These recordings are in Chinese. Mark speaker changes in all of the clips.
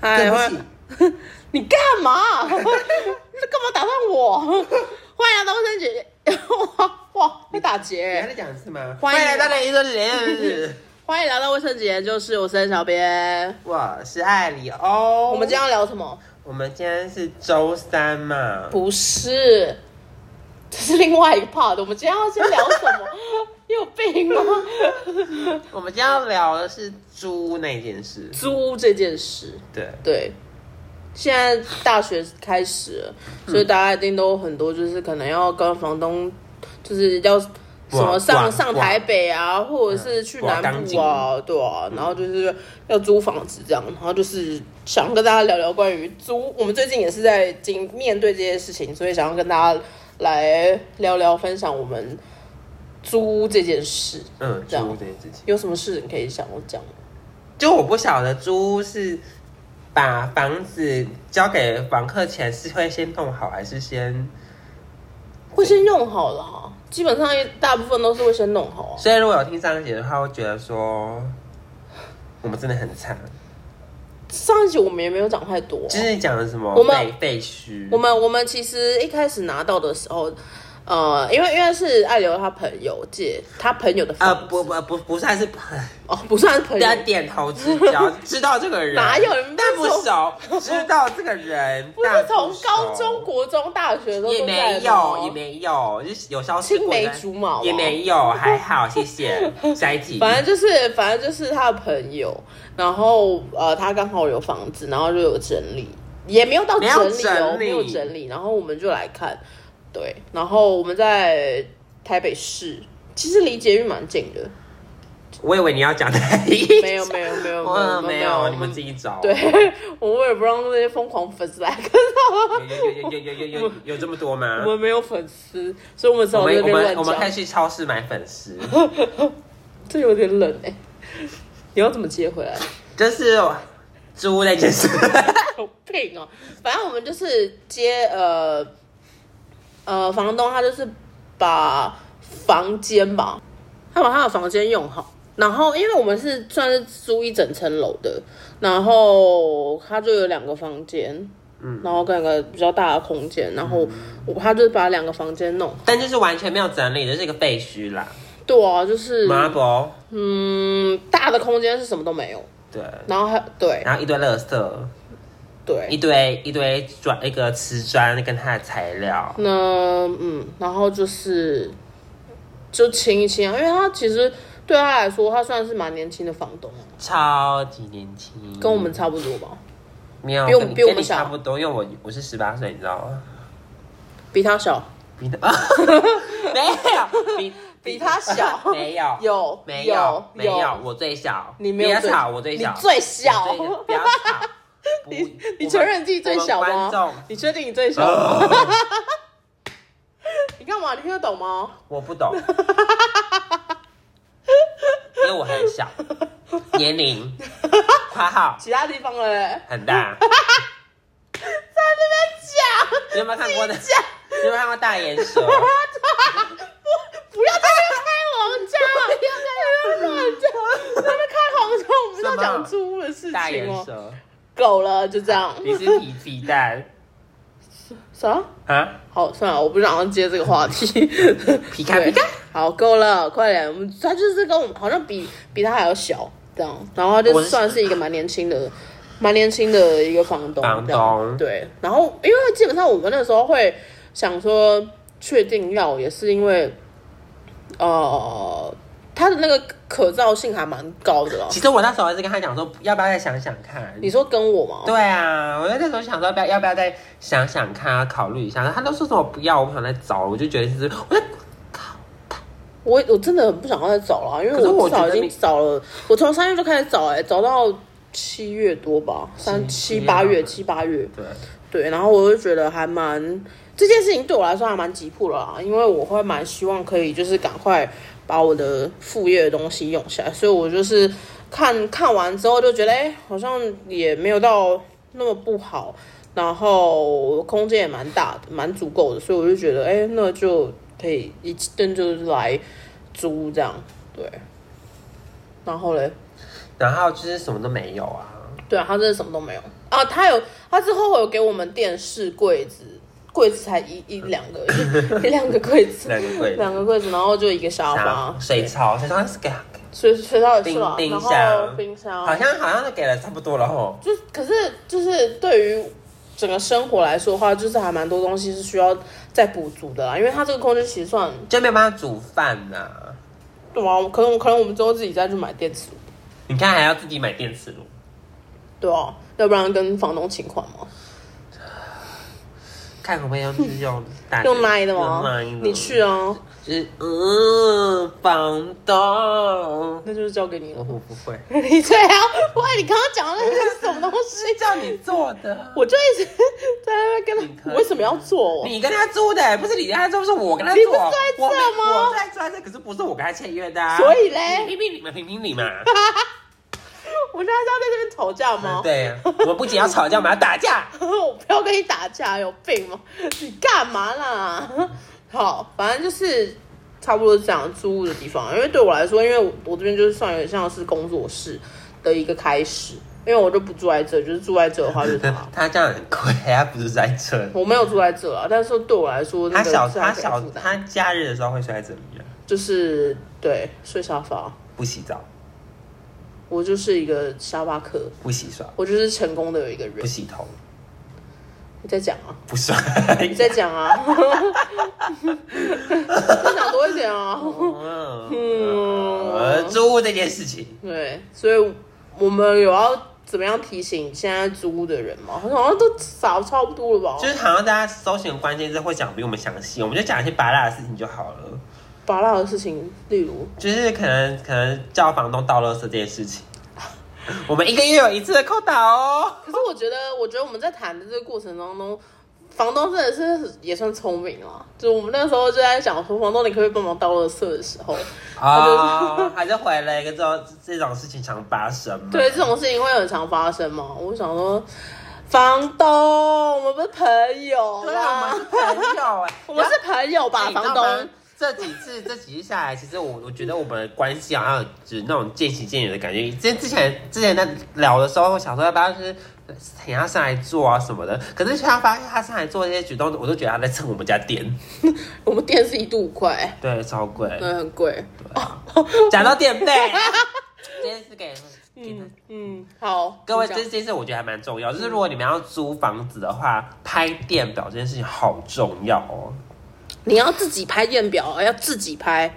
Speaker 1: 哎，
Speaker 2: 对不
Speaker 1: 我
Speaker 2: 起，
Speaker 1: 你干嘛？这干嘛打断我？欢迎来到卫生局， 哇哇，会打
Speaker 2: 你还
Speaker 1: 结。
Speaker 2: 在讲是吗？
Speaker 1: 欢迎
Speaker 2: 来到那一个人，
Speaker 1: 欢迎来到卫生局，就是我是安小编。
Speaker 2: 我是艾里欧。
Speaker 1: 我们今天要聊什么？
Speaker 2: 我们今天是周三嘛？
Speaker 1: 不是，这是另外一个 part。我们今天要先聊什么？ 你有病吗？
Speaker 2: 我们今天要聊的是猪那件事。
Speaker 1: 租这件事，
Speaker 2: 对，
Speaker 1: 对，现在大学开始了，所以大家一定都有很多，就是可能要跟房东，就是要什么
Speaker 2: 哇
Speaker 1: 上
Speaker 2: 哇
Speaker 1: 上台北啊，或者是去南
Speaker 2: 哇钢
Speaker 1: 部
Speaker 2: 筋
Speaker 1: 啊，对啊，然后就是要租房子这样，然后就是想要跟大家聊聊关于租，我们最近也是在经面对这些事情，所以想要跟大家来聊聊分享我们租这件事，
Speaker 2: 嗯，
Speaker 1: 这样
Speaker 2: 猪这件事情，
Speaker 1: 有什么事你可以想我讲吗？
Speaker 2: 就我不晓得猪是把房子交给房客前是会先弄好，还是先？
Speaker 1: 会先用好了哈，基本上大部分都是会先弄好啊。
Speaker 2: 所以如果有听上一集的话，会觉得说我们真的很惨，
Speaker 1: 上一集我们也没有讲太多啊、
Speaker 2: 就是讲的什么
Speaker 1: 我们
Speaker 2: 废废墟，
Speaker 1: 我们我们其实一开始拿到的时候，呃，因为因为是爱刘他朋友借他朋友的
Speaker 2: 呃
Speaker 1: 房子，
Speaker 2: 不不不不算是朋
Speaker 1: 哦，不算是朋友
Speaker 2: 要，点头之交，知道这个人
Speaker 1: 哪有你们
Speaker 2: 但
Speaker 1: 不
Speaker 2: 不熟，知道这个人，
Speaker 1: 不是
Speaker 2: 但
Speaker 1: 从
Speaker 2: 熟
Speaker 1: 高中、国中、大学的时候
Speaker 2: 也
Speaker 1: 都在
Speaker 2: 没
Speaker 1: 的哦吗
Speaker 2: 有，也没有，就是有消失
Speaker 1: 青
Speaker 2: 过
Speaker 1: 梅
Speaker 2: 但
Speaker 1: 竹马吧
Speaker 2: 也没有，还好，谢谢。下一题，
Speaker 1: 反正就是，反正就是他的朋友，然后呃，他刚好有房子，然后就有整理，也没有到
Speaker 2: 没
Speaker 1: 整
Speaker 2: 有
Speaker 1: 理哦，
Speaker 2: 整
Speaker 1: 没有
Speaker 2: 理
Speaker 1: 整理，然后我们就来看，对，然后我们在台北市，其实离捷运蛮近的，
Speaker 2: 我以为你要讲台语，
Speaker 1: 没有没有没有没有
Speaker 2: 嗯，没有，嗯你
Speaker 1: 我
Speaker 2: 们自己找。
Speaker 1: 对，我为了不让那些疯狂粉丝来看到，
Speaker 2: 有，有有有有有有有有这么多吗
Speaker 1: 我？们没有粉丝，所以我们只
Speaker 2: 我
Speaker 1: 好在
Speaker 2: 们
Speaker 1: 那
Speaker 2: 我
Speaker 1: 边
Speaker 2: 们
Speaker 1: 乱
Speaker 2: 我们可以
Speaker 1: 讲，
Speaker 2: 去超市买粉丝，
Speaker 1: 这有点冷哎、你要怎么接回来？
Speaker 2: 就是猪那件事。
Speaker 1: 有病哦、反正我们就是接呃呃房东，他就是把房间吧，他把他的房间用好。然后，因为我们是算是租一整层楼的，然后他就有两个房间，嗯，然后跟一个比较大的空间，然后我他就把两个房间弄。
Speaker 2: 但就是完全没有整理，就是一个废墟啦。
Speaker 1: 对啊，就是
Speaker 2: 麻博，
Speaker 1: 嗯，大的空间是什么都没有，
Speaker 2: 对，
Speaker 1: 然后还对
Speaker 2: 然后一堆垃圾，一
Speaker 1: 对，
Speaker 2: 堆一堆砖，一个瓷砖跟它的材料，
Speaker 1: 那嗯，然后就是就清一清啊，因为他其实对他来说，他算是蛮年轻的房东，啊
Speaker 2: 超级年轻，
Speaker 1: 跟我们差不多吧，
Speaker 2: 没有
Speaker 1: 比我
Speaker 2: 跟你
Speaker 1: 比我们
Speaker 2: 跟你
Speaker 1: 小
Speaker 2: 差不多，因为我我是十八岁，你知道 吗？
Speaker 1: 比他小，
Speaker 2: 比他没有比
Speaker 1: 比他小
Speaker 2: 没有
Speaker 1: 有
Speaker 2: 没
Speaker 1: 有
Speaker 2: 有没有，我最小，
Speaker 1: 你没有
Speaker 2: 别
Speaker 1: 最
Speaker 2: 吵，我最小，
Speaker 1: 你最小
Speaker 2: 我最不要吵，不
Speaker 1: 你
Speaker 2: 我
Speaker 1: 你
Speaker 2: 们
Speaker 1: 承认自己最小
Speaker 2: 我们观
Speaker 1: 吗
Speaker 2: 众？
Speaker 1: 你确定你最小
Speaker 2: 呃
Speaker 1: 吗？ 你干嘛？你听得懂吗？
Speaker 2: 我不 懂，因为我很小，年 龄括号
Speaker 1: 其他地方嘞， 在
Speaker 2: 很大。
Speaker 1: 那边
Speaker 2: 你有没有看过 的？
Speaker 1: 讲讲。
Speaker 2: 你有没有看过大眼 蛇？
Speaker 1: 不不要在那边 开黄腔，不要在那边乱讲，在那边开黄腔，我们在讲猪的事
Speaker 2: 大
Speaker 1: 情
Speaker 2: 眼
Speaker 1: 哦、
Speaker 2: 蛇，
Speaker 1: 够了，就这样。
Speaker 2: 你是皮皮蛋
Speaker 1: 啥？
Speaker 2: 啊？
Speaker 1: 好，算了，我不想要接这个话题。
Speaker 2: 皮卡皮
Speaker 1: 对
Speaker 2: 卡，
Speaker 1: 好，够了，快点。我们他就是跟我们好像比比他还要小这样，然后他就
Speaker 2: 我是
Speaker 1: 算是一个蛮年轻的、蛮年轻的一个房东。
Speaker 2: 房
Speaker 1: 这样
Speaker 2: 东
Speaker 1: 对，然后因为基本上我们那时候会想说确定要，也是因为呃，他的那个可造性还蛮高的哦。
Speaker 2: 其实我那时候还是跟他讲说，要不要再想想看？
Speaker 1: 你说跟我吗？
Speaker 2: 对啊，我那时候想说，要不要要不要再想想看啊，考虑一下。他都说什么不要，我不想再找了，我就觉得其实我在
Speaker 1: 我我真的很不想要再找了啊，因为
Speaker 2: 可是
Speaker 1: 我
Speaker 2: 我
Speaker 1: 至少
Speaker 2: 觉得
Speaker 1: 已经
Speaker 2: 你
Speaker 1: 找了，我从三月就开始找、哎，找到七月多吧，三
Speaker 2: 七
Speaker 1: 七八月
Speaker 2: 月
Speaker 1: 七八月，
Speaker 2: 对，
Speaker 1: 对，然后我就觉得还蛮这件事情对我来说还蛮急迫的啦，因为我会蛮希望可以就是赶快把我的副业的东西用起来，所以我就是看看完之后就觉得，哎、好像也没有到那么不好，然后空间也蛮大的，蛮足够的，所以我就觉得，哎、那就可以一顿就是来租这样，对。然后嘞，
Speaker 2: 然后就是什么都没有啊。
Speaker 1: 对啊，他真的什么都没有，啊，他有他之后有给我们电视柜子，柜子才一一两个 而已，一两个柜子，
Speaker 2: 两个柜子
Speaker 1: 两个哦柜子，然后就一个沙
Speaker 2: 啥
Speaker 1: 发，
Speaker 2: 水槽，水槽是给
Speaker 1: 水水槽也是
Speaker 2: 冰
Speaker 1: 啦，
Speaker 2: 冰
Speaker 1: 然
Speaker 2: 箱
Speaker 1: 后，冰箱，
Speaker 2: 好像好像都给了差不多了吼。
Speaker 1: 就可是就是对于整个生活来说的话，就是还蛮多东西是需要再补足的啦，因为它这个空间其实算
Speaker 2: 就没有办法煮饭呐、
Speaker 1: 对啊，可能可能我们之后自己再去买电池，
Speaker 2: 你看还要自己买电磁炉，
Speaker 1: 对啊，要不然跟房东请款嘛，
Speaker 2: 哎看可不可以用就是用大
Speaker 1: 用奶的
Speaker 2: 用
Speaker 1: 吗
Speaker 2: 奶的？
Speaker 1: 你去啊，
Speaker 2: 就是嗯，房东，
Speaker 1: 那就是交给你了。
Speaker 2: 我不会，
Speaker 1: 你最好，喂，啊你刚刚讲的那个是什么东 西？
Speaker 2: 是叫你做的，
Speaker 1: 我就一直在那边
Speaker 2: 你
Speaker 1: 跟
Speaker 2: 可
Speaker 1: 他，
Speaker 2: 以
Speaker 1: 我为什么要做？
Speaker 2: 你跟他租的，不是你跟他租，是我跟他租。
Speaker 1: 你不是在这
Speaker 2: 我没
Speaker 1: 吗
Speaker 2: 我在在这，可是不是我跟他签约的、啊，
Speaker 1: 所以嘞
Speaker 2: 评评你们，评评你嘛。
Speaker 1: 我现在是要在这边吵架吗？
Speaker 2: 对，啊我们不仅要吵架，我们要打架。
Speaker 1: 我不要跟你打架，有病吗？ 你干嘛啦？ 好，反正就是差不多是这样租屋的地方。因为对我来说，因为我我这边就是算有点像是工作室的一个开始，因为我就不住在这，就是住在这的话就是他
Speaker 2: 。他这样很贵，他不是在这。
Speaker 1: 我没有住在这啊，但是对我来说，那
Speaker 2: 他
Speaker 1: 个
Speaker 2: 小
Speaker 1: 是
Speaker 2: 他
Speaker 1: 可以
Speaker 2: 小
Speaker 1: 负担
Speaker 2: 他假日的时候会睡在这里啊，
Speaker 1: 就是对睡沙发，
Speaker 2: 不洗澡，
Speaker 1: 我就是一个沙发客，
Speaker 2: 不洗刷，
Speaker 1: 我就是成功的有一个
Speaker 2: 不
Speaker 1: 人。
Speaker 2: 洗头，
Speaker 1: 你在讲啊？
Speaker 2: 不刷。
Speaker 1: 你在讲啊？ 再讲多一点啊！
Speaker 2: 哦 呃，租屋这件事情，
Speaker 1: 对，所以我们有要怎么样提醒现在租屋的人吗？好像都少差不多了吧？
Speaker 2: 就是好像大家搜寻关键字会讲比我们详细，我们就讲一些拔辣的事情就好了。
Speaker 1: 拔蜡的事情，例如
Speaker 2: 就是可能可能叫房东倒垃圾这件事情， 我们一个月有一次的扣打 哦。
Speaker 1: 可是我觉得，我觉得我们在谈的这个过程当中，房东真的是也算聪明了。就我们那时候就在讲说，房东你可不可以帮忙倒垃圾的时候，
Speaker 2: 哦，还是回了一个这种这种事情常发生嘛。
Speaker 1: 啊对这种事情会很常发生吗？我想说，房东，我们不是朋友
Speaker 2: 对啊，我
Speaker 1: 啦
Speaker 2: 们是，朋友哎，
Speaker 1: 我们是朋友
Speaker 2: 你
Speaker 1: 吧，
Speaker 2: 知道
Speaker 1: 房
Speaker 2: 吗
Speaker 1: 东。
Speaker 2: 这几次这几次下来，其实我我觉得我们的关系好像有就是那种渐行渐远的感觉。之之前之前在聊的时候，我想说要不要就是请他上来做啊什么的，可是他发现他上来做这些举动，我都觉得他在蹭我们家店，
Speaker 1: 我们店是一度五块，
Speaker 2: 对，超贵，
Speaker 1: 对，很贵。
Speaker 2: 讲到 电费，这件事给。给他
Speaker 1: 嗯嗯，好，
Speaker 2: 各位，
Speaker 1: 你
Speaker 2: 这
Speaker 1: 讲
Speaker 2: 这件事我觉得还蛮重要，就是
Speaker 1: 嗯
Speaker 2: 如果你们要租房子的话，拍电表这件事情好重要哦，
Speaker 1: 你要自己拍验表，要自己拍，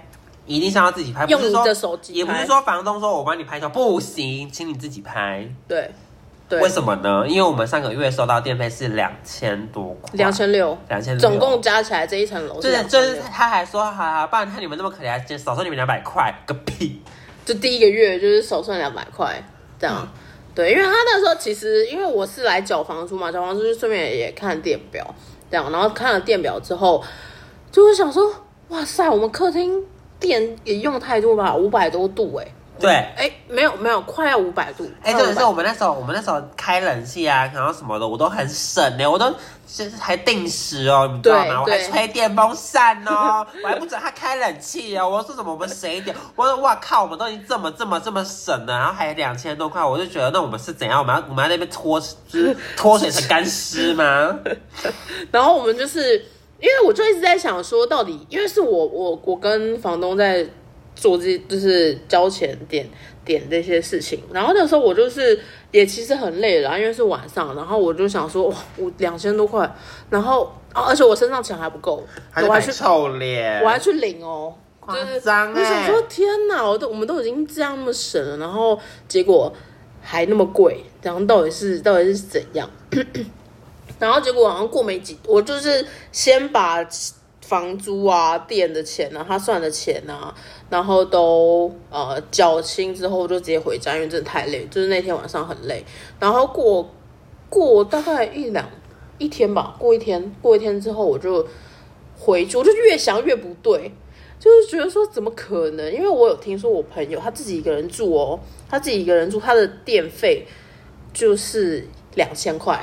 Speaker 2: 一定是要自己拍，不
Speaker 1: 用
Speaker 2: 是
Speaker 1: 你
Speaker 2: 说
Speaker 1: 的手机拍，
Speaker 2: 也不是说房东说我帮你拍照，不行，请你自己拍。
Speaker 1: 对对
Speaker 2: 为，什么呢？因为我们上个月收到电费是两千多块，
Speaker 1: 两千六，
Speaker 2: 两千，
Speaker 1: 总共加起来这一层楼
Speaker 2: 就是是
Speaker 1: 2600
Speaker 2: 就是他还说，好好，不然看你们那么可怜，就少收你们两百块，个屁！
Speaker 1: 就第一个月就是首算两百块这
Speaker 2: 嗯
Speaker 1: 样。对，因为他那时候其实因为我是来缴房租嘛，缴房租就顺便也看电表，这样，然后看了电表之后，就会想说，哇塞，我们客厅电也用太多吧，五百多度哎、
Speaker 2: 对，
Speaker 1: 哎、没有没有，快要五百度，
Speaker 2: 哎、
Speaker 1: 快要
Speaker 2: 重点是
Speaker 1: 500
Speaker 2: 我们那时候我们那时候开冷气啊，然后什么的，我都很省呢、我都就是还定时哦，你知道吗？我
Speaker 1: 对
Speaker 2: 还
Speaker 1: 对
Speaker 2: 吹电风扇 哦，我还不准他开冷气哦。我说怎么我们省一点？我说哇靠，我们都已经这么这么这么省了，然后还两千多块，我就觉得那我们是怎样？我们要我们要那边拖 就是拖水成干尸吗？
Speaker 1: 然后我们就是，因为我就一直在想说，到底因为是我我我跟房东在做这就是交钱点点这些事情，然后那时候我就是也其实很累了啊，因为是晚上，然后我就想说，哇，我两千多块，然后啊，而且我身上钱还不够，
Speaker 2: 还是
Speaker 1: 我还
Speaker 2: 摆
Speaker 1: 去
Speaker 2: 臭脸？
Speaker 1: 我还去领哦。
Speaker 2: 夸
Speaker 1: 就是
Speaker 2: 张
Speaker 1: 我想
Speaker 2: 欸
Speaker 1: 说，天哪！我都我们都已经这样那么省了，然后结果还那么贵，然后到底是到底是怎样？ 然后结果好像过没几，我就是先把房租啊、店的钱啊、他算的钱啊，然后都呃缴清之后就直接回家，因为真的太累，就是那天晚上很累。然后过过大概一两一天吧，过一天过一天之后我就回去，我就越想越不对。就是觉得说怎么可能？因为我有听说我朋友他自己一个人住哦，他自己一个人住，他的电费就是两千块，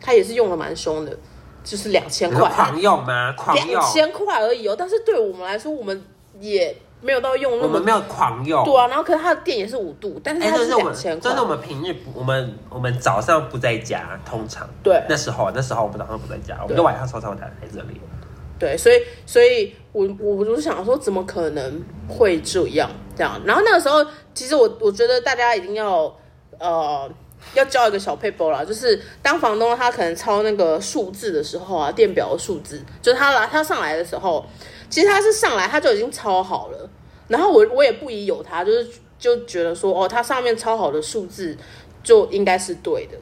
Speaker 1: 他也是用的蛮凶的，就是两千
Speaker 2: 你说
Speaker 1: 块，
Speaker 2: 狂用吗？狂用
Speaker 1: 两。千块而已哦。但是对我们来说，我们也没有到用那
Speaker 2: 我
Speaker 1: 么
Speaker 2: 们没有狂用。
Speaker 1: 对啊，然后可是它的电也是五度，但是
Speaker 2: 哎，
Speaker 1: 它
Speaker 2: 这是我
Speaker 1: 两
Speaker 2: 们，
Speaker 1: 千
Speaker 2: 这
Speaker 1: 块
Speaker 2: 是。我们平日不，我们我们早上不在家，通常
Speaker 1: 对
Speaker 2: 那时候那时候我们早上不在家，我们就晚上收才会来这里。
Speaker 1: 对，所以所以我我就是想说，怎么可能会这样这样？然后那个时候，其实我我觉得大家一定要呃要交一个小 paper 啦，就是当房东他可能抄那个数字的时候啊，电表的数字，就是他来他上来的时候，其实他是上来他就已经抄好了，然后我我也不疑有他，就是就觉得说哦，他上面抄好的数字就应该是对的。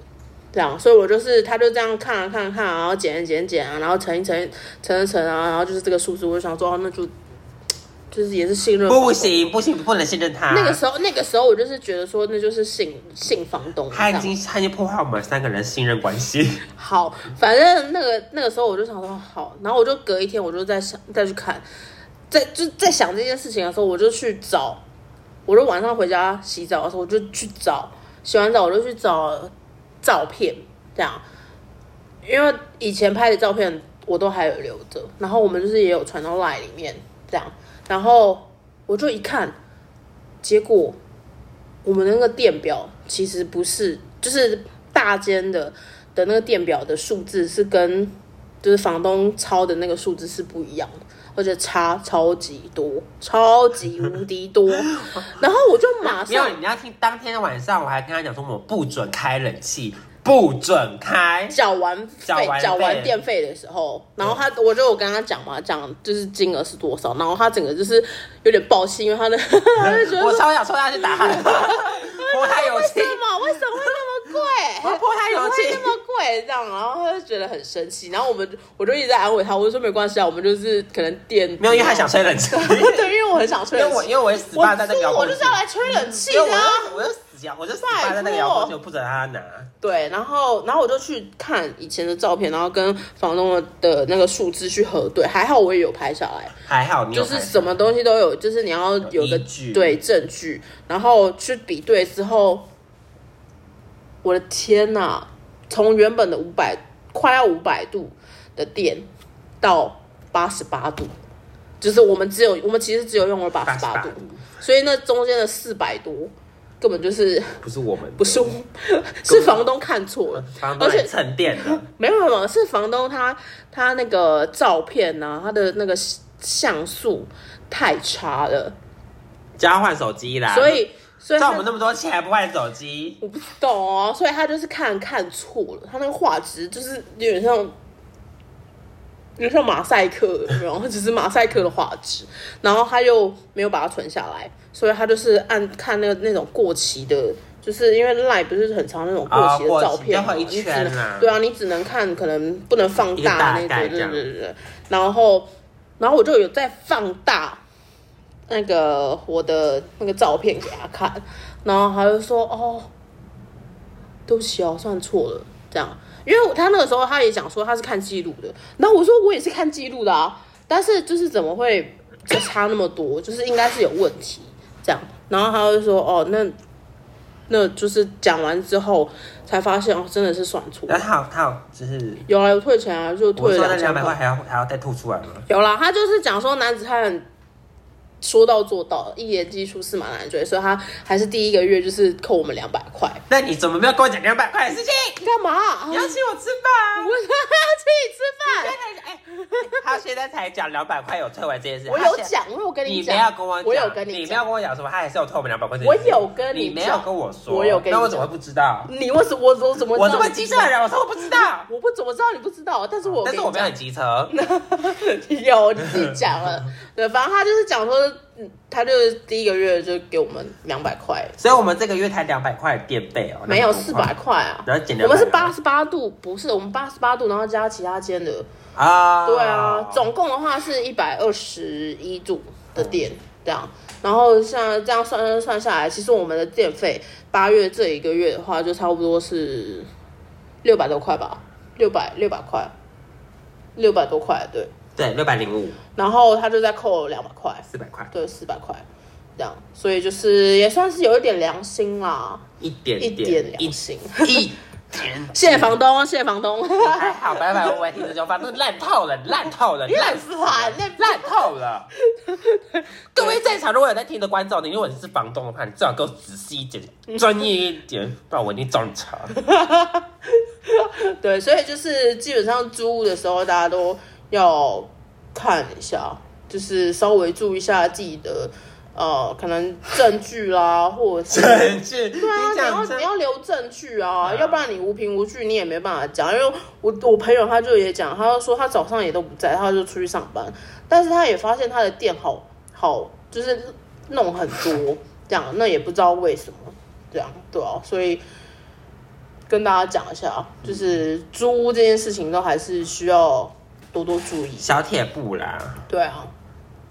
Speaker 1: 这样，所以我就是，他就这样看啊看啊看啊，然后剪一剪剪啊，然后乘一乘乘一乘啊，然后就是这个数字，我就想说，哦，那就就是也是信任。
Speaker 2: 不，行不行，不能信任他。
Speaker 1: 那个时候那个时候我就是觉得说，那就是信信房东。
Speaker 2: 他
Speaker 1: 这
Speaker 2: 已
Speaker 1: 样
Speaker 2: 经他已经破坏我们三个人信任关 系。
Speaker 1: 好，反正那个那个时候我就想说好，然后我就隔一天我就在想再去看，在就在想这件事情的时候，我就去找，我就晚上回家洗澡的时候，我就去找，洗完澡我就去找照片，这样，因为以前拍的照片我都还有留着，然后我们就是也有传到 LINE 里面这样，然后我就一看，结果我们那个电表其实不是，就是大间的的那个电表的数字是跟就是房东抄的那个数字是不一样的，而且差超级多，超级无敌多。然后我就马
Speaker 2: 没有
Speaker 1: 上，
Speaker 2: 你要听当天晚上我还跟他讲说，我们不准开冷气，不准开。
Speaker 1: 缴完
Speaker 2: 缴
Speaker 1: 费
Speaker 2: 完
Speaker 1: 缴完
Speaker 2: 费
Speaker 1: 电费的时候，然后他我就有跟他讲嘛，讲就是金额是多少，然后他整个就是有点暴气，因为他的他就觉得
Speaker 2: 我
Speaker 1: 说
Speaker 2: 超想说他去打他， 泼他油
Speaker 1: 为什
Speaker 2: 漆，
Speaker 1: 么为什么会那 么贵？
Speaker 2: 我泼他
Speaker 1: 怎么
Speaker 2: 油
Speaker 1: 会
Speaker 2: 漆
Speaker 1: 那。么贵？这样，然后他就觉得很生气，然后我们就我就一直在安慰他，我就说没关系啊，我们就是可能电
Speaker 2: 没有，因为他想吹冷气，
Speaker 1: 对，因为我很想吹
Speaker 2: 因为
Speaker 1: 冷
Speaker 2: 我
Speaker 1: 气，
Speaker 2: 因为我也死
Speaker 1: 我
Speaker 2: 扒在那个遥
Speaker 1: 我
Speaker 2: 控
Speaker 1: 就
Speaker 2: 器
Speaker 1: 是，要来吹冷气
Speaker 2: 因为
Speaker 1: 的
Speaker 2: 我
Speaker 1: 啊。
Speaker 2: 就我就死要我就死扒在那个遥控器，我不准他拿。
Speaker 1: 对，然后然后我就去看以前的照片，然后跟房东的的那个数字去核对，还好我也有拍下来，
Speaker 2: 还好你有
Speaker 1: 就是
Speaker 2: 拍
Speaker 1: 什么东西都有，就是你要有个
Speaker 2: 依据
Speaker 1: 对证据，然后去比对之后，我的天呐，从原本的五百快要五百度的电到八十八度，就是我们只有我们其实只有用了八十八
Speaker 2: 88
Speaker 1: 度
Speaker 2: 度，
Speaker 1: 所以那中间的四百多根本就是
Speaker 2: 不是我们的，
Speaker 1: 不是我是房东看错了，
Speaker 2: 房东
Speaker 1: 而且
Speaker 2: 来蹭电的，
Speaker 1: 没有没有没有，是房东他他那个照片呢、他的那个像素太差了，
Speaker 2: 叫他换手机啦。
Speaker 1: 所以所以
Speaker 2: 赚
Speaker 1: 他
Speaker 2: 啊我们那么多钱还不换手机，
Speaker 1: 我不懂哦，所以他就是看看错了，他那个画质就是有点像，有点像马赛克，有没有？只是马赛克的画质，然后他又没有把它存下来，所以他就是按看那个那种过期的。就是因为赖不是很长那种过期
Speaker 2: 啊
Speaker 1: 的
Speaker 2: 过期
Speaker 1: 照片嘛，
Speaker 2: 要一
Speaker 1: 你只
Speaker 2: 圈
Speaker 1: 能
Speaker 2: 啊
Speaker 1: 对啊，你只能看，可能不能放
Speaker 2: 一个
Speaker 1: 大
Speaker 2: 大
Speaker 1: 那种，
Speaker 2: 概
Speaker 1: 对对
Speaker 2: 这样
Speaker 1: 对啊对对。然后，然后我就有在放大那个我的那个照片给他看，然后他就说：“哦，对不起哦，算错了。”这样，因为他那个时候他也讲说他是看记录的，然后我说我也是看记录的啊，但是就是怎么会就差那么多，就是应该是有问题这样。然后他就说：“哦，那那就是讲完之后才发现哦，真的是算错
Speaker 2: 然
Speaker 1: 了。
Speaker 2: 后他有他有就是”
Speaker 1: 有啊，有退钱啊，就
Speaker 2: 我
Speaker 1: 退
Speaker 2: 说
Speaker 1: 了
Speaker 2: 那
Speaker 1: 两千
Speaker 2: 两百
Speaker 1: 块
Speaker 2: 块。还要还要再吐出来吗？
Speaker 1: 有啦，他就是讲说男子汉说到做到，一言既出驷马难追，所以他还是第一个月就是扣我们两百块。
Speaker 2: 那你怎么没有跟我讲两百块的事情？
Speaker 1: 你干嘛？啊
Speaker 2: 你
Speaker 1: 我
Speaker 2: 要请我吃 饭。
Speaker 1: 他请你吃饭。
Speaker 2: 哎，他现在才讲两百块有退回这件事，
Speaker 1: 我
Speaker 2: 他
Speaker 1: 有
Speaker 2: 现在。
Speaker 1: 讲，我有跟
Speaker 2: 你
Speaker 1: 讲，
Speaker 2: 没有跟我讲，
Speaker 1: 我有跟
Speaker 2: 你没有
Speaker 1: 讲，
Speaker 2: 跟我讲什么，他还是有退我们两百块这
Speaker 1: 我
Speaker 2: 件事。
Speaker 1: 有跟你
Speaker 2: 你
Speaker 1: 讲
Speaker 2: 没有跟我说，
Speaker 1: 我有跟你
Speaker 2: 那我怎么会不知道？
Speaker 1: 你为什么我我怎么
Speaker 2: 我
Speaker 1: 知
Speaker 2: 这
Speaker 1: 道
Speaker 2: 么
Speaker 1: 你
Speaker 2: 机车的人，我说我不知道，
Speaker 1: 我不怎么知道你不知道，啊但是我有
Speaker 2: 啊但是
Speaker 1: 跟
Speaker 2: 我
Speaker 1: 你
Speaker 2: 没有
Speaker 1: 讲
Speaker 2: 很机车。
Speaker 1: 有，你自己讲了。 对，反正他就是讲说，嗯他就是第一个月就给我们两百块，
Speaker 2: 所以我们这个月才两百块的电费哦，
Speaker 1: 没有
Speaker 2: 200
Speaker 1: 四百块啊。
Speaker 2: 然后减
Speaker 1: 我们是
Speaker 2: 200
Speaker 1: 八十八度，不是我们八十八度，然后加其他间的。
Speaker 2: 啊，
Speaker 1: 对啊，总共的话是一百二十一度的电，这样。然后像这样算算算下来，其实我们的电费八月这一个月的话，就差不多是六百多块吧，六百六百块，六百多块对。
Speaker 2: 对六百零五
Speaker 1: 然后他就再扣两百块，
Speaker 2: 四百块，
Speaker 1: 对，四百块这样，所以就是也算是有一点良心啦，
Speaker 2: 一点
Speaker 1: 一点
Speaker 2: 一
Speaker 1: 良心。
Speaker 2: 一天，
Speaker 1: 谢谢房东，谢谢房东。
Speaker 2: 还好，拜拜，我我听着就发，那烂透了，烂透了，
Speaker 1: 你
Speaker 2: 烂
Speaker 1: 烂死啊你
Speaker 2: 烂烂透了。各位在场如果有在听的观众，你如果你是房东的话，你最好给我仔细一点，专业一点，不然我一定找你查。
Speaker 1: 对，所以就是基本上租屋的时候，大家都要看一下，就是稍微注意一下自己的呃，可能证据啦，或者是
Speaker 2: 证据，
Speaker 1: 对啊，
Speaker 2: 你
Speaker 1: 你要
Speaker 2: 讲
Speaker 1: 你
Speaker 2: 真，
Speaker 1: 要留证据啊，
Speaker 2: 嗯
Speaker 1: 要不然你无凭无据，你也没办法讲。因为我我朋友他就也讲，他就说他早上也都不在，他就出去上班，但是他也发现他的店好好就是弄很多这样，那也不知道为什么这样，对啊，所以跟大家讲一下，就是租屋这件事情都还是需要多多注意。
Speaker 2: 小铁布啦。
Speaker 1: 对啊，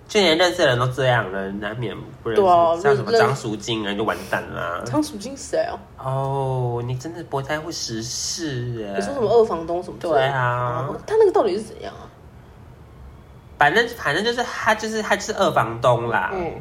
Speaker 2: 去年认识的人都这样了，难免不认识。
Speaker 1: 对啊
Speaker 2: 像什么
Speaker 1: 认
Speaker 2: 张淑晶啊，就完蛋啦。
Speaker 1: 仓鼠精谁啊？
Speaker 2: 哦，你真的不太会时事哎
Speaker 1: 你。说什么二房东什么之类的？
Speaker 2: 对啊
Speaker 1: 他那个到底是怎样啊？
Speaker 2: 反正反正就是他就是他就是二房东啦，
Speaker 1: 嗯，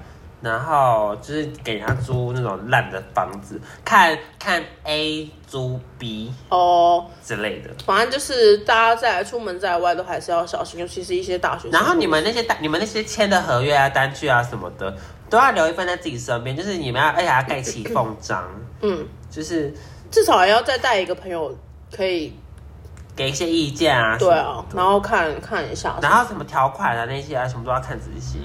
Speaker 2: 然后就是给他租那种烂的房子，看看 A 租 B
Speaker 1: 哦。
Speaker 2: 之类的。
Speaker 1: 反正就是大家在出门在外都还是要小心，尤其是一些大学生。
Speaker 2: 然后你们那些单，你们那些签的合约啊、单据啊什么的，都要留一份在自己身边，就是你们要而且要盖起缝章，
Speaker 1: 嗯，
Speaker 2: 就是
Speaker 1: 至少也要再带一个朋友，可以
Speaker 2: 给一些意见啊。
Speaker 1: 对啊，
Speaker 2: 什么的
Speaker 1: 然后看看一下。
Speaker 2: 然后什么条款啊那些啊，什么都要看仔细。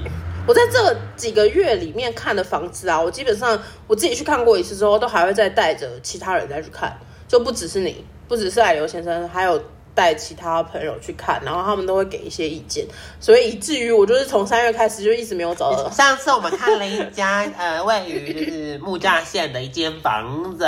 Speaker 1: 我在这几个月里面看的房子啊，我基本上我自己去看过一次之后，都还会再带着其他人再去看，就不只是你，不只是爱刘先生，还有带其他朋友去看，然后他们都会给一些意见，所以以至于我就是从三月开始就一直没有找到。
Speaker 2: 呃上次我们看了一家 呃位于就是木栅县的一间房 子，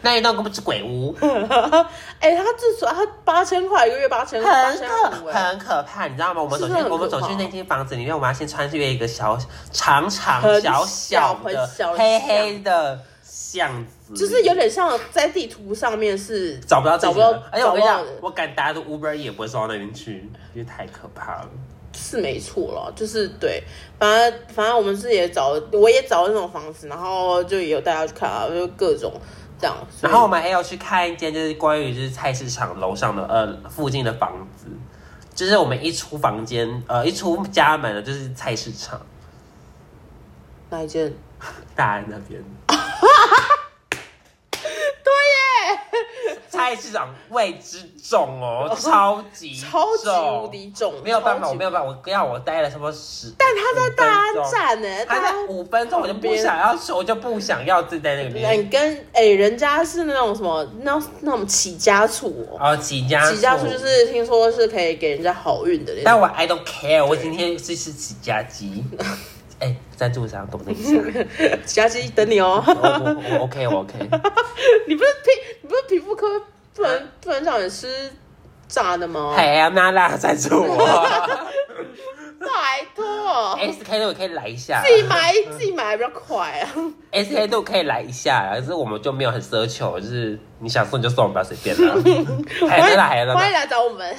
Speaker 2: 那一栋根本是鬼屋，
Speaker 1: 哎、他至少他八千块一个月，八千八
Speaker 2: 很
Speaker 1: 千五
Speaker 2: 可
Speaker 1: 哎。
Speaker 2: 很可怕，你知道吗？我们走
Speaker 1: 是
Speaker 2: 去
Speaker 1: 不是很
Speaker 2: 我们走
Speaker 1: 可
Speaker 2: 去
Speaker 1: 怕
Speaker 2: 那间房子里面，我们要先穿越一个小长长
Speaker 1: 很
Speaker 2: 小
Speaker 1: 小
Speaker 2: 小的
Speaker 1: 很小的
Speaker 2: 黑黑的巷子，
Speaker 1: 就是有点像在地图上面是
Speaker 2: 找不到自
Speaker 1: 找
Speaker 2: 己
Speaker 1: 不到
Speaker 2: 的，而且哎我跟你
Speaker 1: 找
Speaker 2: 讲
Speaker 1: 不到人，
Speaker 2: 我敢打赌 Uber 也不会送到那边去，因为太可怕了。
Speaker 1: 是没错了，就是对，反正反正我们自己也找，我也找了那种房子，然后就也有带他去看啊，就各种这样。所以
Speaker 2: 然后我们还有去看一间，就是关于就是菜市场楼上的呃附近的房子，就是我们一出房间呃一出家门的就是菜市场，
Speaker 1: 那一件，
Speaker 2: 大安那边。 对耶，菜市场味之重哦，超级
Speaker 1: 超级
Speaker 2: 重
Speaker 1: 无敌重
Speaker 2: 没有办法，
Speaker 1: 超
Speaker 2: 我
Speaker 1: 级
Speaker 2: 没有办法，我要我待了差不多十，
Speaker 1: 但他在大安
Speaker 2: 五分钟。
Speaker 1: 站呢、大
Speaker 2: 他在
Speaker 1: 安。
Speaker 2: 五分钟，我就不想要去，我就不想要自己在那里
Speaker 1: 哎，
Speaker 2: 面。
Speaker 1: 你跟哎、人家是那种什么，那那种起家厝哦、
Speaker 2: 然后起家
Speaker 1: 起家厝就是听说是可以给人家好运的那
Speaker 2: 但
Speaker 1: 种。
Speaker 2: 我 I don't care，我今天是吃起家 鸡。哎、赞助商懂那一下，
Speaker 1: 起家鸡等 你哦、
Speaker 2: 我我我 OK 我 OK，
Speaker 1: 你不是皮，你不是皮肤科不能不能让你吃炸的吗？
Speaker 2: 海洋娜拉赞助我
Speaker 1: 拜托，
Speaker 2: ，SK 都可以来一下
Speaker 1: 自己买自己买比较快啊。
Speaker 2: ，SK 都可以来一下，可是我们就没有很奢求，就是你想送就送吧，随便啦。海洋娜拉，海洋娜
Speaker 1: 欢迎
Speaker 2: 拉，
Speaker 1: 来找我 们。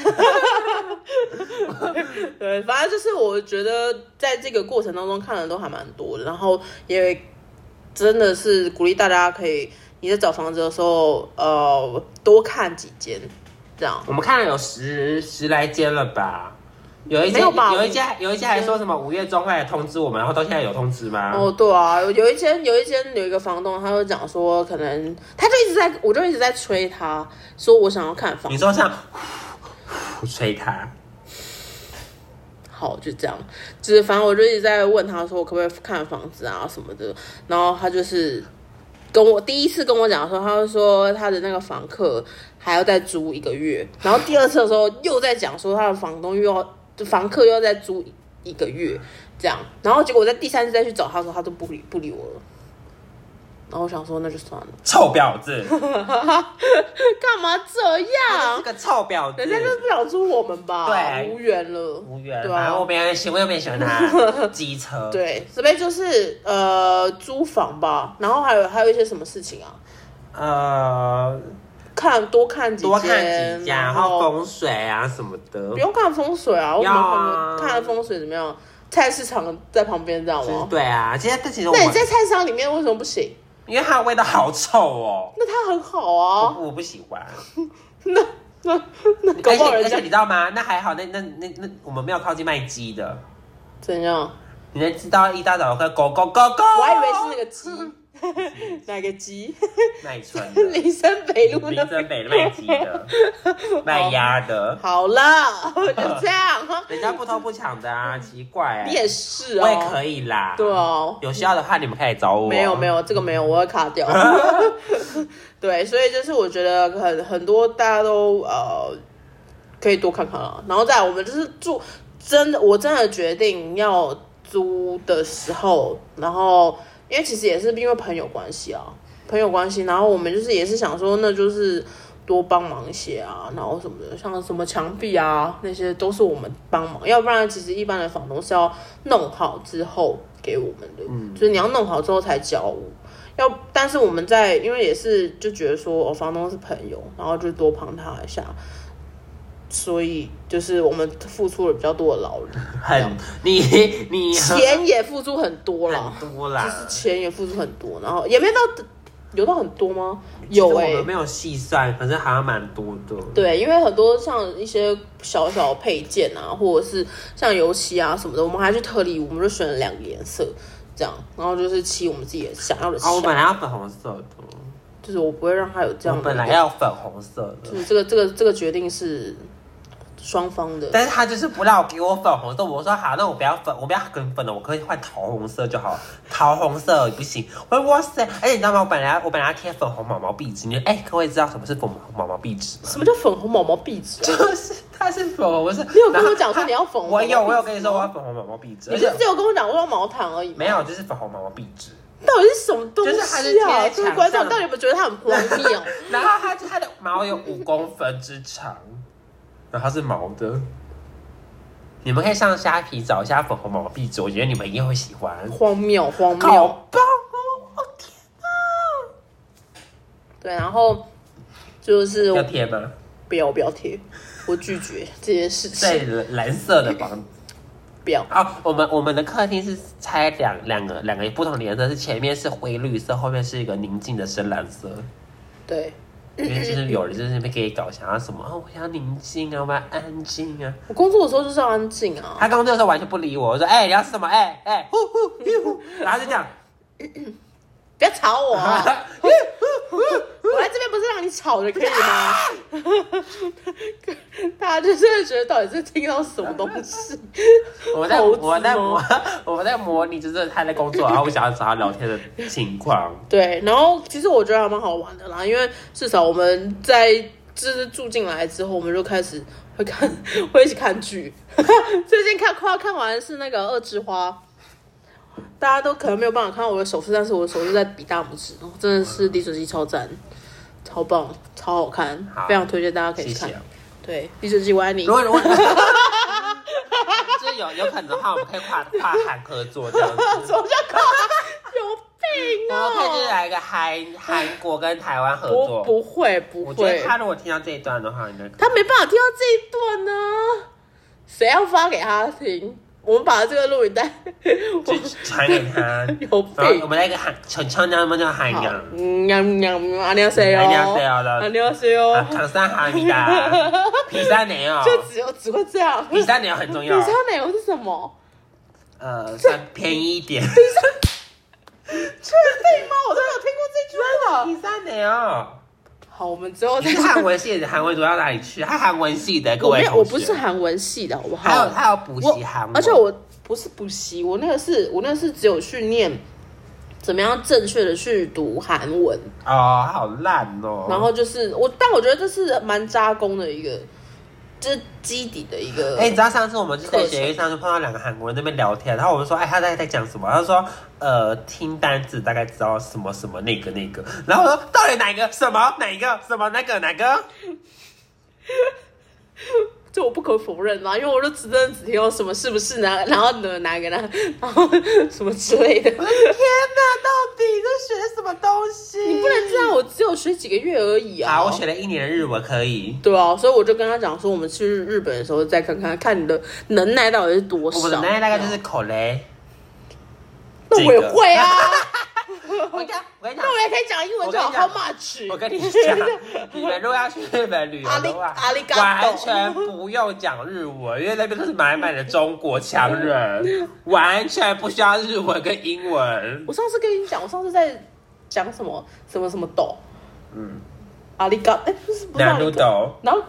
Speaker 1: 对，反正就是我觉得在这个过程当中看的都还蛮多的，然后也真的是鼓励大家可以你在找房子的时候，呃，多看几间，这样。
Speaker 2: 我们看了有十十来间了吧？有一
Speaker 1: 没
Speaker 2: 间
Speaker 1: 有吧
Speaker 2: 有一家有一家还说什么五月中会来通知我们，然后到现在有通知吗？
Speaker 1: 哦，对啊，有有一间有一间有一个房东，他就讲说，可能他就一直在，我就一直在催他，说我想要看房
Speaker 2: 你，说像呼吹他，
Speaker 1: 好，就这样，就是反正我就一直在问他说，我可不可以看房子啊什么的，然后他就是跟我第一次跟我讲的时候，他就说他的那个房客还要再租一个月，然后第二次的时候又在讲说他的房东又要就房客又要再租一个月这样，然后结果我在第三次再去找他的时候，他都不理不理我了，然后我想说那就算了，
Speaker 2: 臭婊子。
Speaker 1: 干嘛这
Speaker 2: 是
Speaker 1: 样？
Speaker 2: 个臭婊子。
Speaker 1: 人家就是不想租我们吧，
Speaker 2: 对
Speaker 1: 无缘了，
Speaker 2: 无缘，
Speaker 1: 对
Speaker 2: 反
Speaker 1: 啊
Speaker 2: 正我，没人喜欢，我也没喜欢他机车。，
Speaker 1: 对，这边就是呃租房吧，然后还有还有一些什么事情啊？
Speaker 2: 呃，
Speaker 1: 看多看几间
Speaker 2: 多看几家，然
Speaker 1: 然
Speaker 2: 后
Speaker 1: 后
Speaker 2: 风水啊什么的
Speaker 1: 不。用看风水啊，我们
Speaker 2: 要啊
Speaker 1: 看看风水怎么样？菜市场在旁边，知道
Speaker 2: 就是
Speaker 1: 吗？
Speaker 2: 对啊，其实但其实我
Speaker 1: 那
Speaker 2: 们
Speaker 1: 你在菜市场里面为什么不行？
Speaker 2: 因为它的味道好臭哦，
Speaker 1: 那它很好
Speaker 2: 我
Speaker 1: 啊，
Speaker 2: 不我不喜欢。
Speaker 1: 那那那搞
Speaker 2: 而且
Speaker 1: 不好
Speaker 2: 而
Speaker 1: 人
Speaker 2: 且
Speaker 1: 家
Speaker 2: 你知道吗？那还好，那那那那我们没有靠近卖鸡的，
Speaker 1: 怎样？
Speaker 2: 你能知道一大早有个狗狗狗狗，
Speaker 1: 我还以为是那个鸡， 哪个鸡？
Speaker 2: 卖春的。
Speaker 1: 林森北路
Speaker 2: 林
Speaker 1: 的。
Speaker 2: 森北卖鸡 的，卖鸭的，
Speaker 1: 好了， 就这样。
Speaker 2: 人家不偷不抢的啊，奇怪、
Speaker 1: 你
Speaker 2: 欸。
Speaker 1: 也是
Speaker 2: 我也
Speaker 1: 哦，
Speaker 2: 可以啦。
Speaker 1: 对哦。
Speaker 2: 有需要的话你们可以找我。啊
Speaker 1: 没有没有，这个没有，我会卡 掉。对，所以就是我觉得很很多大家都呃可以多看看了。然后再来我们就是住，真的我真的决定要租的时候，然后因为其实也是因为朋友关系啊，朋友关系，然后我们就是也是想说，那就是。多帮忙一些啊，然后什么的，像什么墙壁啊那些都是我们帮忙，要不然其实一般的房东是要弄好之后给我们的，
Speaker 2: 嗯
Speaker 1: 就是你要弄好之后才交屋。要，但是我们在因为也是就觉得说，哦，房东是朋友，然后就多帮他一下，所以就是我们付出了比较多的劳力，
Speaker 2: 很你你
Speaker 1: 钱也付出很多了，
Speaker 2: 很多
Speaker 1: 就
Speaker 2: 啦
Speaker 1: 是。钱也付出很多，然后也没到有到很多吗？
Speaker 2: 其实
Speaker 1: 有哎、
Speaker 2: 我们没有细算，可是好像蛮多的。
Speaker 1: 对，因为很多像一些小小配件啊，或者是像油漆啊什么的，我们还去特例，我们就选了两个颜色，这样，然后就是漆我们自己想要的
Speaker 2: 哦，我
Speaker 1: 漆啊，
Speaker 2: 本来要粉红色的，
Speaker 1: 就是我不会让它有这样
Speaker 2: 我
Speaker 1: 的。
Speaker 2: 本来要粉红色的，
Speaker 1: 就是这个这个这个决定是双方的，
Speaker 2: 但是他就是不让我给我粉红色。我说好，那我不要粉，我不要跟粉了，我可以换桃红色就好。桃红色也不行，我说哇塞！而且你知道吗？我本来我本来要贴粉红毛毛壁纸，你哎，各位知道什么是粉红毛毛壁纸吗？
Speaker 1: 什么叫粉红毛毛壁纸啊？
Speaker 2: 就是它是粉红，我是
Speaker 1: 你有跟
Speaker 2: 然后
Speaker 1: 我讲说你要粉红
Speaker 2: 我有，
Speaker 1: 毛毛
Speaker 2: 我有
Speaker 1: 壁
Speaker 2: 跟你
Speaker 1: 纸
Speaker 2: 说我
Speaker 1: 吗
Speaker 2: 要粉红毛毛壁纸，
Speaker 1: 你
Speaker 2: 而
Speaker 1: 不
Speaker 2: 且
Speaker 1: 是只有跟我讲我要毛毯而已吗？
Speaker 2: 没有，就是粉红毛毛壁纸。
Speaker 1: 到底是什么东西
Speaker 2: 就是它是贴
Speaker 1: 啊？
Speaker 2: 在墙
Speaker 1: 各位
Speaker 2: 上
Speaker 1: 观众到底有没有觉得它很荒 谬？
Speaker 2: 然后它它的毛有五公分之长，然后它是毛的。你们可以上虾皮找一下粉红毛毛壁纸，我觉得你们一定会喜欢。
Speaker 1: 荒谬，荒
Speaker 2: 好
Speaker 1: 谬。
Speaker 2: 棒哦！我天
Speaker 1: 对，然后就是
Speaker 2: 要贴吗？
Speaker 1: 不要不要贴，我拒绝这件事情，
Speaker 2: 对，蓝蓝色的房子。
Speaker 1: 不要。
Speaker 2: 哦，我们我们的客厅是拆两两个两个不同的颜色，是前面是灰绿色，后面是一个宁静的深蓝色。
Speaker 1: 对，
Speaker 2: 因为就是有人就是那边给你搞想要什么哦，我想要宁静啊，我要安静啊。
Speaker 1: 我工作的时候就是要安静啊。
Speaker 2: 他工作的时候完全不理我，我说哎、你要吃什么？哎、哎、呼呼呼呼，然后就这样，
Speaker 1: 不要吵我、啊！我来这边不是让你吵的，可以吗？大家就真的觉得到底是听到什么东西？
Speaker 2: 我在
Speaker 1: 猴子吗
Speaker 2: 我在模我在模拟就是他在工作，然后我想要找他聊天的情况。
Speaker 1: 对，然后其实我觉得还蛮好玩的啦，因为至少我们在就是住进来之后，我们就开始会看，会一起看剧。 最近看快要看完的是那个《二之花》，大家都可能没有办法看到我的手势，但是我的手势在比大拇指，真的是李准基超赞，超棒，超好看，
Speaker 2: 好
Speaker 1: 非常推荐大家可以
Speaker 2: 谢
Speaker 1: 去看。
Speaker 2: 谢。啊
Speaker 1: 对，李准基，我爱你
Speaker 2: 如。果如果 就是有有可能的话，我们可以跨跨行合作这样子。
Speaker 1: 什么叫靠？有病
Speaker 2: 我们可以就是
Speaker 1: 哦！
Speaker 2: 来一个韩韩国跟台湾合
Speaker 1: 不
Speaker 2: 作。
Speaker 1: 不会不
Speaker 2: 我觉
Speaker 1: 会
Speaker 2: 得，他如果听到这一段的话，应该可以
Speaker 1: 他没办法听到这一段呢、谁要发给他听？我们把这个录影带， 我
Speaker 2: 就传给他。
Speaker 1: 有
Speaker 2: 然后我
Speaker 1: 病。
Speaker 2: 们来一个韩，唱唱那么叫韩
Speaker 1: 好
Speaker 2: 语。，
Speaker 1: 嗯，안녕하세요，
Speaker 2: 안녕하세요的
Speaker 1: 안녕하세요，
Speaker 2: 啊唐山哈密 达，比三年哦，
Speaker 1: 就只有只会哦这样。
Speaker 2: 比三年很重
Speaker 1: 你
Speaker 2: 要
Speaker 1: 知。道奶油是什么？
Speaker 2: 呃，算便宜一点。
Speaker 1: 确定吗？我都没有听过这句话。
Speaker 2: 比三年哦，
Speaker 1: 好，我们之后
Speaker 2: 你
Speaker 1: 再
Speaker 2: 是
Speaker 1: 讲。
Speaker 2: 韩文系的，韩文组到哪里去？他韩文系的，各
Speaker 1: 我
Speaker 2: 位
Speaker 1: 没有，
Speaker 2: 同学
Speaker 1: 我不是韩文系的，好不好？
Speaker 2: 还有还有补
Speaker 1: 我
Speaker 2: 习韩文，
Speaker 1: 而且我不是补习，我那个是我那个是只有去念怎么样正确的去读韩文，
Speaker 2: 哦，好烂哦。
Speaker 1: 然后就是我，但我觉得这是蛮扎工的一个，就是基底的一个。
Speaker 2: 哎、你知道上次我们就在学业上就碰到两个韩国人在那边聊天，然后我们说，哎、他在在讲什么？他说，呃，听单字大概知道什么什么那个那个，然后我说到底哪个什么哪一个什么那个哪个？
Speaker 1: 这我不可否认啦，因为我就只真的只听到什么是不是呢，然后呢哪个呢，然后什么之类的。
Speaker 2: 我的天哪，到底在学什么东西？
Speaker 1: 你不能这样，我只有学几个月而已啊！
Speaker 2: 啊！我学了一年的日文，可以。
Speaker 1: 对啊，所以我就跟他讲说，我们去日本的时候再看看，看你的能耐到底是多
Speaker 2: 我
Speaker 1: 少。
Speaker 2: 们的能耐大概就是口雷，
Speaker 1: 那我也会啊，
Speaker 2: 我跟我跟你讲
Speaker 1: 那，我也可以讲英文就好
Speaker 2: 我跟你讲
Speaker 1: ，How much？
Speaker 2: 我跟你讲，你们如果要去日本旅游的话，
Speaker 1: 阿里阿里嘎多
Speaker 2: 完全不用讲日文，因为那边都是满满的中国强人，完全不需要日文跟英文。
Speaker 1: 我上次跟你讲，我上次在讲什么什么什么抖，
Speaker 2: 嗯，
Speaker 1: 阿里嘎，哎，不是 不是
Speaker 2: 那
Speaker 1: 阿
Speaker 2: 路
Speaker 1: 里嘎，
Speaker 2: 斗
Speaker 1: 然后，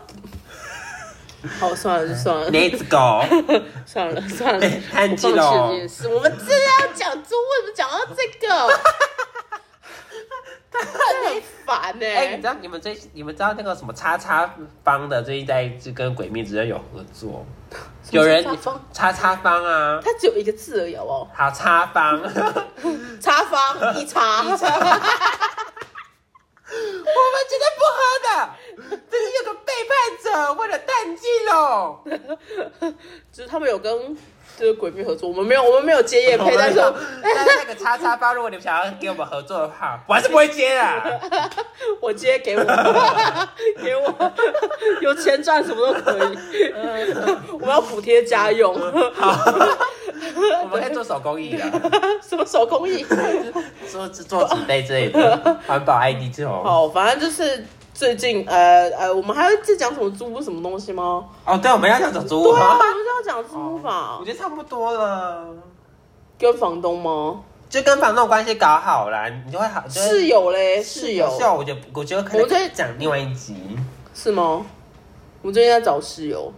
Speaker 1: 好，算了就算 了，
Speaker 2: ，Let's go，
Speaker 1: 算了算了
Speaker 2: 哎，安吉
Speaker 1: 我
Speaker 2: 喽
Speaker 1: 放弃这件事。我们真的要讲中文，怎么讲到 这个？真的很烦呢、欸
Speaker 2: 哎、你知道你们最你们知道那个什么叉叉帮的最近在跟《鬼灭之刃》有合作，有人
Speaker 1: 什么叉叉
Speaker 2: 叉
Speaker 1: 帮
Speaker 2: 叉帮啊，
Speaker 1: 它只有一个字而已，好不好？
Speaker 2: 好叉帮，
Speaker 1: 插方一插，
Speaker 2: 一插我们绝对不喝的，这是有个背叛者为了蛋鸡 笼。
Speaker 1: 就是他们有跟就是鬼灭合作，我们没有，我们没有接夜配，但是我
Speaker 2: 但是那个叉叉包，如果你们想要给我们合作的话， 我还是不会接 的。
Speaker 1: 我接 给我，给我有钱赚什么都可 以，我们要补贴家 用，
Speaker 2: 我们可以做手工艺的，
Speaker 1: 什么手工 艺，
Speaker 2: 做做纸杯之类的，环保 ID 这种。
Speaker 1: 好，反正就是最近呃呃，我们还在讲什么租屋什么东西吗？
Speaker 2: 哦，对，我们要讲种族
Speaker 1: 对啊，
Speaker 2: 啊
Speaker 1: 我。们就要讲租屋吧
Speaker 2: 我，觉得差不多了，
Speaker 1: 跟房东吗？
Speaker 2: 就跟房东关系搞好啦，你就会好。就会
Speaker 1: 室友嘞，呃室友
Speaker 2: 是啊，我觉得我觉得可
Speaker 1: 我在
Speaker 2: 以讲另外一集，
Speaker 1: 是吗？我最近在找室友，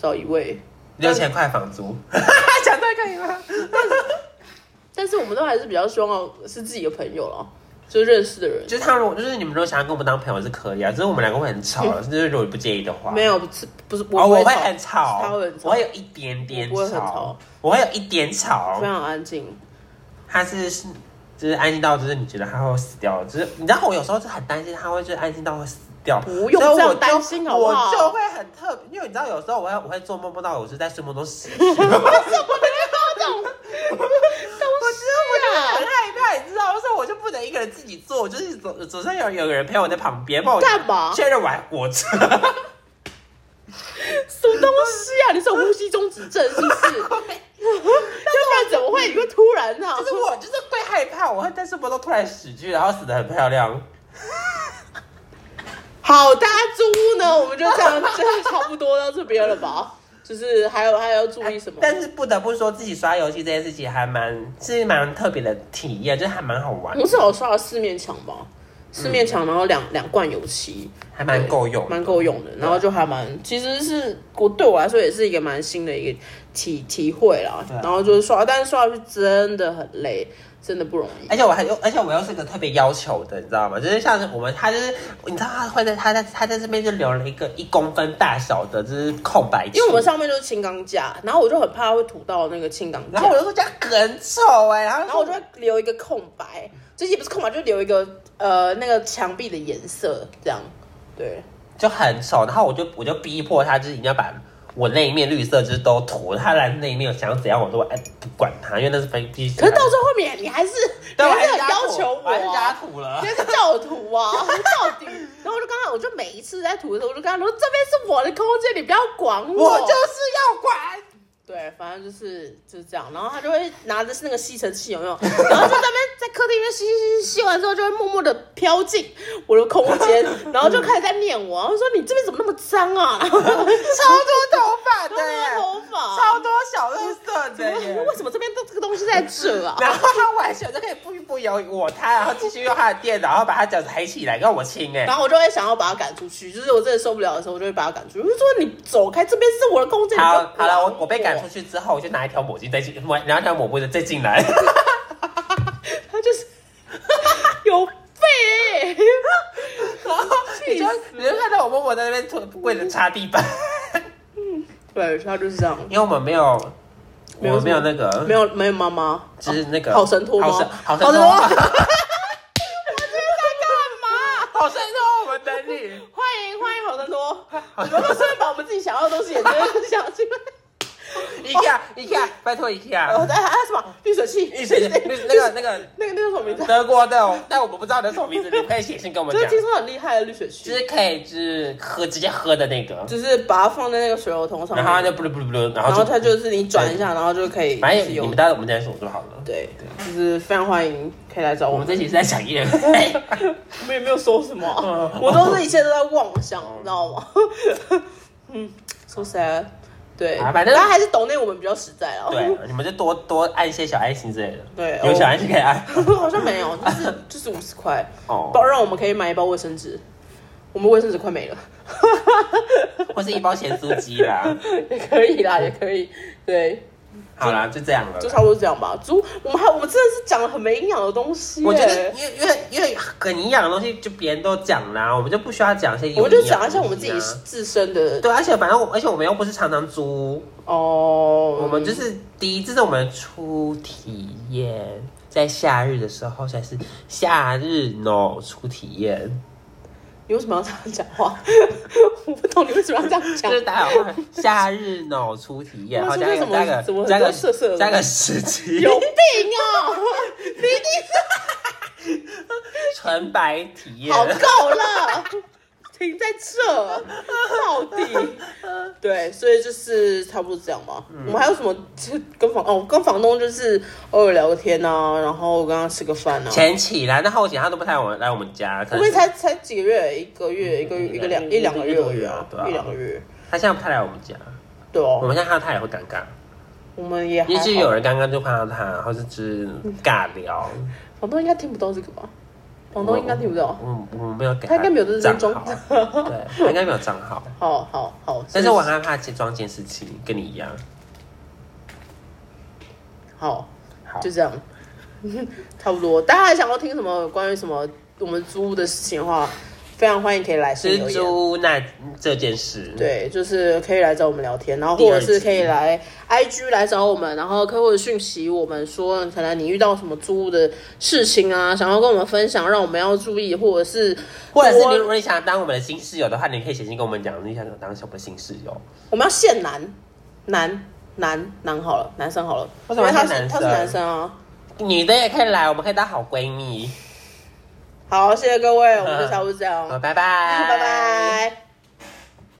Speaker 1: 找一位。
Speaker 2: 六千块房租，
Speaker 1: 啊讲太可以吗？ 但是我们都还是比较希望是自己的朋友了，就认识的人。
Speaker 2: 就是他如果就是你们如果想要跟我们当朋友是可以啊，只是我们两个会很吵，就是如果你不介意的话，
Speaker 1: 嗯没有，不是不是，
Speaker 2: 哦，我
Speaker 1: 会
Speaker 2: 会很吵，
Speaker 1: 他会很
Speaker 2: 我
Speaker 1: 吵
Speaker 2: 会有一点点
Speaker 1: 我不会很吵，
Speaker 2: 我会有一点吵
Speaker 1: 非。常 安静。
Speaker 2: 他是就是安静到，就是你觉得他会死掉，就是你知道我有时候是很担心他会就是安静到会死掉，
Speaker 1: 不用
Speaker 2: 所以我
Speaker 1: 这样
Speaker 2: 就
Speaker 1: 担心好不好
Speaker 2: 我就会很特别，因为你知道有时候我会我会做梦，梦到我是在睡梦中死去，
Speaker 1: 这种
Speaker 2: 很害怕，你知道吗？所以我就不能一个人自己做，我就是总总是有有个人陪我在旁边，帮我
Speaker 1: 干嘛
Speaker 2: 确认我还活着。
Speaker 1: 什么东西啊？你是有呼吸中止症是不是？ 要不然怎么会你会突然呢、
Speaker 2: 就是我就是会害怕，我会在睡梦中突然死去，然后死的很漂亮。
Speaker 1: 好，大家租屋呢，我们就这样，这差不多到这边了吧？就是还有还有要注意什么？
Speaker 2: 哎但是不得不说，自己刷游戏这件事情还蛮是蛮特别的体验，就是还蛮好玩
Speaker 1: 我，至少刷了四面墙吧，四面
Speaker 2: 嗯
Speaker 1: 墙，然后两两罐油漆，
Speaker 2: 还蛮够用，
Speaker 1: 蛮够用的，然后就还蛮，其实是我对我来说也是一个蛮新的一个体体会啦
Speaker 2: 对啊。
Speaker 1: 然后就是刷，但是刷下去真的很累，真的不容易。
Speaker 2: 而且我还有，而且我又是个特别要求的，你知道吗？就是像是我们，他就是你知道他会在他在他在这边就留了一个一公分大小的，就是空白处。
Speaker 1: 因为我们上面就是轻钢架，然后我就很怕会吐到那个轻钢架，
Speaker 2: 然后我就说这样很丑哎、然后
Speaker 1: 然后我就会留一个空白，就是也不是空白，就留一个呃那个墙壁的颜色这样。对，
Speaker 2: 就很丑，然后我就我就逼迫他，就是一定要把我那一面绿色就是都涂，他来那一面想要怎样我都哎不管他，因为那是非必须。
Speaker 1: 可是到最后面你还是你
Speaker 2: 但我还
Speaker 1: 还是
Speaker 2: 是
Speaker 1: 有
Speaker 2: 加土
Speaker 1: 要求我、
Speaker 2: 我还是加
Speaker 1: 啊。
Speaker 2: 土了
Speaker 1: 你。还是教我涂啊，到底。然后我就刚才，我就每一次在涂的时候，我就跟他说：“这边是我的空间，你不要管
Speaker 2: 我就是要管。
Speaker 1: 对，反正就是就是这样，然后他就会拿着那个吸尘器，有没 有？然后就在那边在客厅里面吸吸吸吸完之后，就会默默的飘进我的空间，然后就开始在念我，然后说你这边怎么那么脏啊？ 然
Speaker 2: 超
Speaker 1: 后
Speaker 2: 多头发
Speaker 1: 多
Speaker 2: 的耶，
Speaker 1: 头发，
Speaker 2: 超多小垃圾的 耶。
Speaker 1: 为什么这边都这个东西在这啊？
Speaker 2: 然后他完全就可以不依不由我他，然后继续用他的电脑，然后把他脚抬起来让我亲 哎、
Speaker 1: 然后我就会想要把他赶出去，就是我真的受不了的时候，我就会把他赶出去。我就说你走开，这边是我的空间。你不要
Speaker 2: 好好了，
Speaker 1: 管
Speaker 2: 我我被赶出去之后，我就拿一条抹巾再进，抹拿一条抹布的再进 来。
Speaker 1: 他就是 有肺、欸，
Speaker 2: 然后你就 你就看到我默默在那边拖跪着擦地 板，
Speaker 1: 对，他就是这样，
Speaker 2: 因为我们没有，
Speaker 1: 没
Speaker 2: 我
Speaker 1: 有
Speaker 2: 们没有那个，
Speaker 1: 没有没有妈妈，
Speaker 2: 就是那个
Speaker 1: 好神托吗
Speaker 2: 好神好神托，
Speaker 1: 好神托
Speaker 2: 我今天在干
Speaker 1: 嘛？
Speaker 2: 好神托，我们等你。
Speaker 1: 欢 迎欢迎好神多，你们是不是把我们自己想要的东西也真的想进来？
Speaker 2: 你 IKEA IKEA，拜托 IKEA，
Speaker 1: 呃， 哎还有什么滤水器？
Speaker 2: 一水 那个那个
Speaker 1: 那个那个叫什么名字啊？
Speaker 2: 德国的，但我们不知道那什么名字，你们可以写信跟我们
Speaker 1: 就是
Speaker 2: 讲。
Speaker 1: 听说很厉害的滤水器
Speaker 2: 就，是可以就是喝直接喝的那个，
Speaker 1: 就是把它放在那个水龙头上
Speaker 2: 然后它
Speaker 1: 面，
Speaker 2: 就不噜不噜不噜，然
Speaker 1: 然
Speaker 2: 后
Speaker 1: 后
Speaker 2: 就
Speaker 1: 它就是你转一下，然后就可以
Speaker 2: 反
Speaker 1: 自
Speaker 2: 正你
Speaker 1: 由
Speaker 2: 们。待会我们再说就好了。
Speaker 1: 对，就是非常欢迎可以来找
Speaker 2: 我
Speaker 1: 我
Speaker 2: 们
Speaker 1: 们。
Speaker 2: 这期是在讲 艺人，
Speaker 1: 我们也没有说什么啊，
Speaker 2: 嗯
Speaker 1: 我都是一切都在妄想，你知道吗？ 嗯，so sad。对，
Speaker 2: 啊反正
Speaker 1: 但还是抖内我们比较实在啊。
Speaker 2: 对，你们就多多按一些小爱心之类的，
Speaker 1: 对
Speaker 2: 有小爱心可以按。
Speaker 1: 好像没 有，就是就是五十块，
Speaker 2: 哦，
Speaker 1: 包让我们可以买一包卫生纸。我们卫生纸快没了，
Speaker 2: 或是一包咸酥鸡啦。
Speaker 1: 也可以啦，也可以。对，
Speaker 2: 好啦，就这样了
Speaker 1: 就。差不多这样吧。猪，我们还我们真的是讲了很没营养的东西耶。
Speaker 2: 我觉得，因为因为因为很营养的东西，就别人都讲啦，我们就不需要讲一些有
Speaker 1: 我们就
Speaker 2: 营养
Speaker 1: 讲
Speaker 2: 的
Speaker 1: 一下我们
Speaker 2: 东
Speaker 1: 自
Speaker 2: 西
Speaker 1: 己
Speaker 2: 啊
Speaker 1: 自身的
Speaker 2: 对，而且反正我，而且我们又不是常常租，
Speaker 1: 哦，
Speaker 2: 我们就是第一，这是我们的初体验，在夏日的时候才是夏日 no 初体验，
Speaker 1: 你为什么要这样讲话？ 我不懂你为什么要这样
Speaker 2: 就
Speaker 1: 讲
Speaker 2: 是。大家有夏日 no 初体验，好
Speaker 1: 那
Speaker 2: 加个
Speaker 1: 是为
Speaker 2: 加
Speaker 1: 什么怎么
Speaker 2: 个
Speaker 1: 很
Speaker 2: 加个
Speaker 1: 多色色的
Speaker 2: 加个十七，
Speaker 1: 有病哦！你一定
Speaker 2: 纯白体
Speaker 1: 是好
Speaker 2: 验。
Speaker 1: 够了，停在这，到底？对，所以就是差不多这样吧。
Speaker 2: 嗯
Speaker 1: 我们还有什么？就跟房哦，跟房东就是偶尔聊个天啊，然后跟他吃个饭啊。
Speaker 2: 前期啦，那后期他都不太我来我们家，可能
Speaker 1: 我们
Speaker 2: 是
Speaker 1: 才才几个月，一个月，一个
Speaker 2: 嗯一
Speaker 1: 一个两
Speaker 2: 一
Speaker 1: 一两个月而已
Speaker 2: 一个月
Speaker 1: 啊
Speaker 2: 对啊，
Speaker 1: 一两个月，
Speaker 2: 他现在不太来我们家，
Speaker 1: 对
Speaker 2: 我
Speaker 1: 哦。
Speaker 2: 们现在看到他也会尴尬，
Speaker 1: 我们也还
Speaker 2: 也
Speaker 1: 好
Speaker 2: 许有人刚刚就看到他，或是只尬聊，
Speaker 1: 房东应该听不到这个吧？房东应该听不到。
Speaker 2: 我我们没有给
Speaker 1: 他应该没有认真
Speaker 2: 账
Speaker 1: 装
Speaker 2: 号，对，他应该没有账号。
Speaker 1: 好好好，
Speaker 2: 但是我害怕去装监视器，跟你一样。
Speaker 1: 好，
Speaker 2: 好，
Speaker 1: 就这样， 差不多。大家还想要听什么关于什么我们租屋的事情的话，非常欢迎可以来信留
Speaker 2: 蜘
Speaker 1: 言。
Speaker 2: 蛛那这件事，，
Speaker 1: 对，就是可以来找我们聊天，然后
Speaker 2: 第二
Speaker 1: 或者
Speaker 2: 集
Speaker 1: 是可以来 IG 来找我们，然后可或者讯息我们说，可能你遇到什么租屋的事情啊，想要跟我们分享，让我们要注意，或者是
Speaker 2: 或者是你
Speaker 1: 我
Speaker 2: 如果你想当我们的新室友的话，你可以写信跟我们讲，你想当我们的新室友。
Speaker 1: 我们要限男男男男好了，男生好了，
Speaker 2: 为什么要
Speaker 1: 因他
Speaker 2: 限
Speaker 1: 是
Speaker 2: 男
Speaker 1: 他是
Speaker 2: 生
Speaker 1: 男生啊。
Speaker 2: 女的也可以来，我们可以当好闺蜜。
Speaker 1: 好，谢谢各位，我们就差不多这样，
Speaker 2: 好，
Speaker 1: 拜
Speaker 2: 拜拜，
Speaker 1: 拜。